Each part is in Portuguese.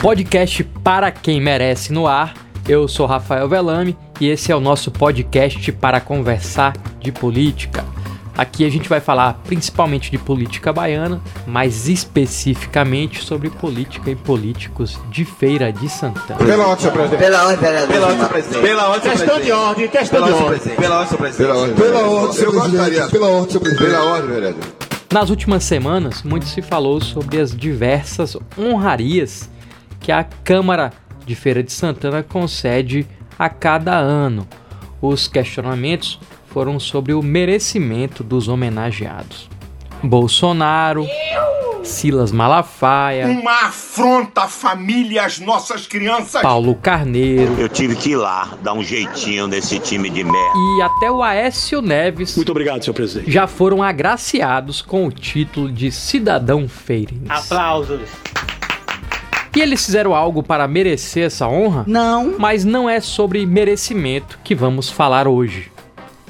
podcast para quem merece no ar. Eu sou Rafael Velame e esse é o nosso podcast para conversar de política. Aqui a gente vai falar principalmente de política baiana, mas especificamente sobre política e políticos de Feira de Santana. Pela ordem, senhor presidente. Pela ordem, pela Pela ordem, senhor presidente. Pela ordem, senhor Questão de presidente. ordem, questão Pela de ordem, senhor ordem. presidente. Pela ordem, senhor presidente. Pela ordem. Pela ordem, Eu senhor gostaria. presidente. Pela ordem, senhor presidente. Pela ordem, vereador. Nas últimas semanas, muito se falou sobre as diversas honrarias que a Câmara de Feira de Santana concede a cada ano. Os questionamentos foram sobre o merecimento dos homenageados. Bolsonaro, Silas Malafaia, Uma afronta à família e às nossas crianças. Paulo Carneiro Eu tive que ir lá dar um jeitinho nesse time de merda. e até o Aécio Neves Muito obrigado, senhor presidente. já foram agraciados com o título de cidadão feirense. Aplausos. E eles fizeram algo para merecer essa honra? Não. Mas não é sobre merecimento que vamos falar hoje.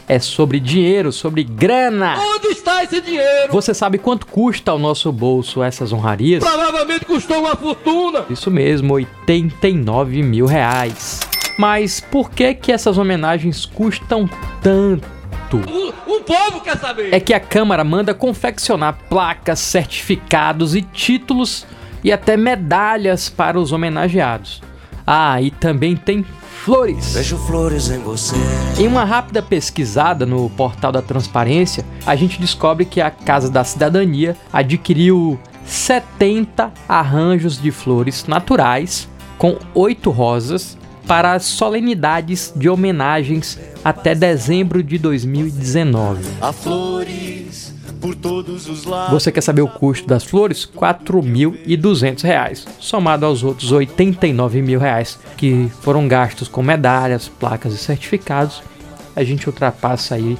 É sobre dinheiro, sobre grana. Onde está esse dinheiro? Você sabe quanto custa ao nosso bolso essas honrarias? Provavelmente custou uma fortuna. Isso mesmo, 89 mil reais. Mas por que que essas homenagens custam tanto? O, o povo quer saber. É que a Câmara manda confeccionar placas, certificados e títulos e até medalhas para os homenageados. Ah, e também tem flores. flores em você. Em uma rápida pesquisada no portal da Transparência, a gente descobre que a Casa da Cidadania adquiriu 70 arranjos de flores naturais com oito rosas para as solenidades de homenagens até dezembro de 2019. Há flores por todos os lados. Você quer saber o custo das flores? R$ 4.200, reais, somado aos outros R$ 89 mil reais que foram gastos com medalhas, placas e certificados. A gente ultrapassa aí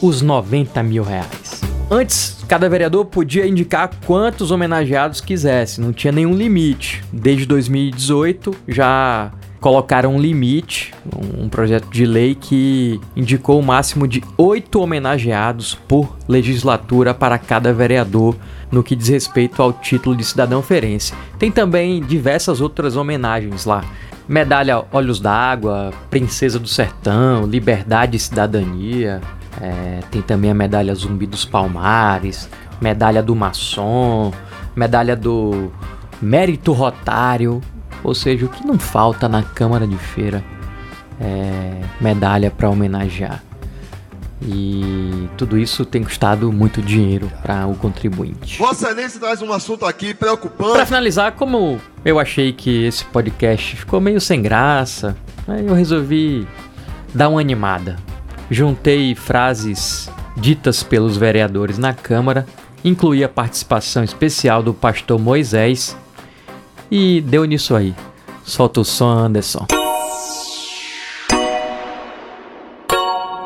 os 90 mil reais. Antes, cada vereador podia indicar quantos homenageados quisesse, não tinha nenhum limite. Desde 2018 já colocaram um limite, um projeto de lei que indicou o máximo de oito homenageados por legislatura para cada vereador no que diz respeito ao título de cidadão ferense. Tem também diversas outras homenagens lá. Medalha Olhos d'Água, Princesa do Sertão, Liberdade e Cidadania. é, tem também a medalha Zumbi dos Palmares, medalha do Maçom, medalha do Mérito Rotário. Ou seja, o que não falta na Câmara de Feira é medalha para homenagear. E tudo isso tem custado muito dinheiro para o contribuinte. Vossa Excelência traz um assunto aqui Pra preocupante. finalizar, como eu achei que esse podcast ficou meio sem graça, aí eu resolvi dar uma animada. Juntei frases ditas pelos vereadores na Câmara, incluí a participação especial do pastor Moisés e deu nisso aí. Solta o som, Anderson.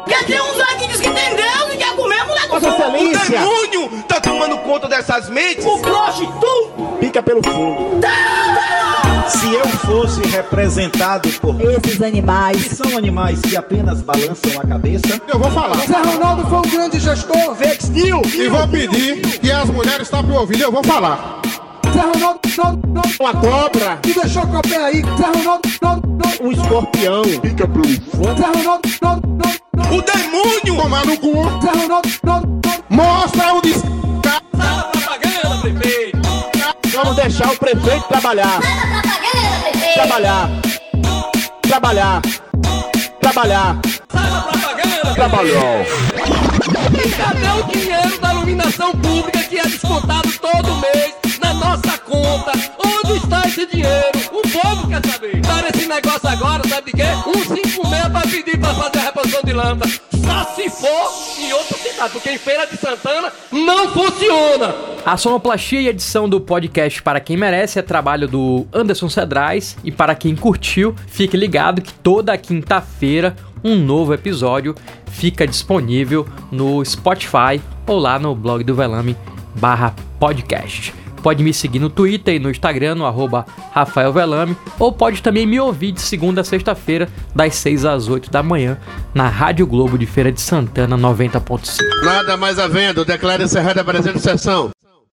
Quer ter uns aí que diz que tem Deus e quer comer mulher do Vossa Excelência, Demônio tá tomando conta dessas mentes? O prostituto. pica pelo fundo. Se eu fosse representado por Esses animais. que são animais que apenas balançam a cabeça, Eu vou falar. Zé Ronaldo foi um grande gestor, vexil. E vou pedir que as mulheres tapem o ouvido. Eu vou falar. Zé Ronaldo não, não, uma cobra que deixou comer aí. Zé Ronaldo não, não, um escorpião. Pica pelo fundo. Zé Ronaldo não, não, não. O demônio! Tomar no cu. Zé Ronaldo não, não. Mostra o des... Propaganda, prefeito. Vamos deixar o prefeito trabalhar. Trabalhar. Trabalhar. Trabalhar. Propaganda. Trabalhou. E cadê o dinheiro da iluminação pública que é descontado todo mês na nossa conta? Onde está esse dinheiro? O povo quer saber. Para esse negócio agora, sabe de quê? Um 56 para pedir para fazer a reposição de lâmpada. Só se for em outra cidade, porque em Feira de Santana não funciona. A sonoplastia e edição do podcast Para Quem Merece é trabalho do Anderson Cedrais. E para quem curtiu, fique ligado que toda quinta-feira um novo episódio fica disponível no Spotify ou lá no blog do Velame barra podcast. Pode me seguir no Twitter e no Instagram, no arroba Rafael Velame, ou pode também me ouvir de segunda a sexta-feira, das 6 às 8 da manhã, na Rádio Globo de Feira de Santana 90.5. Nada mais havendo. Declara encerrada a presente sessão.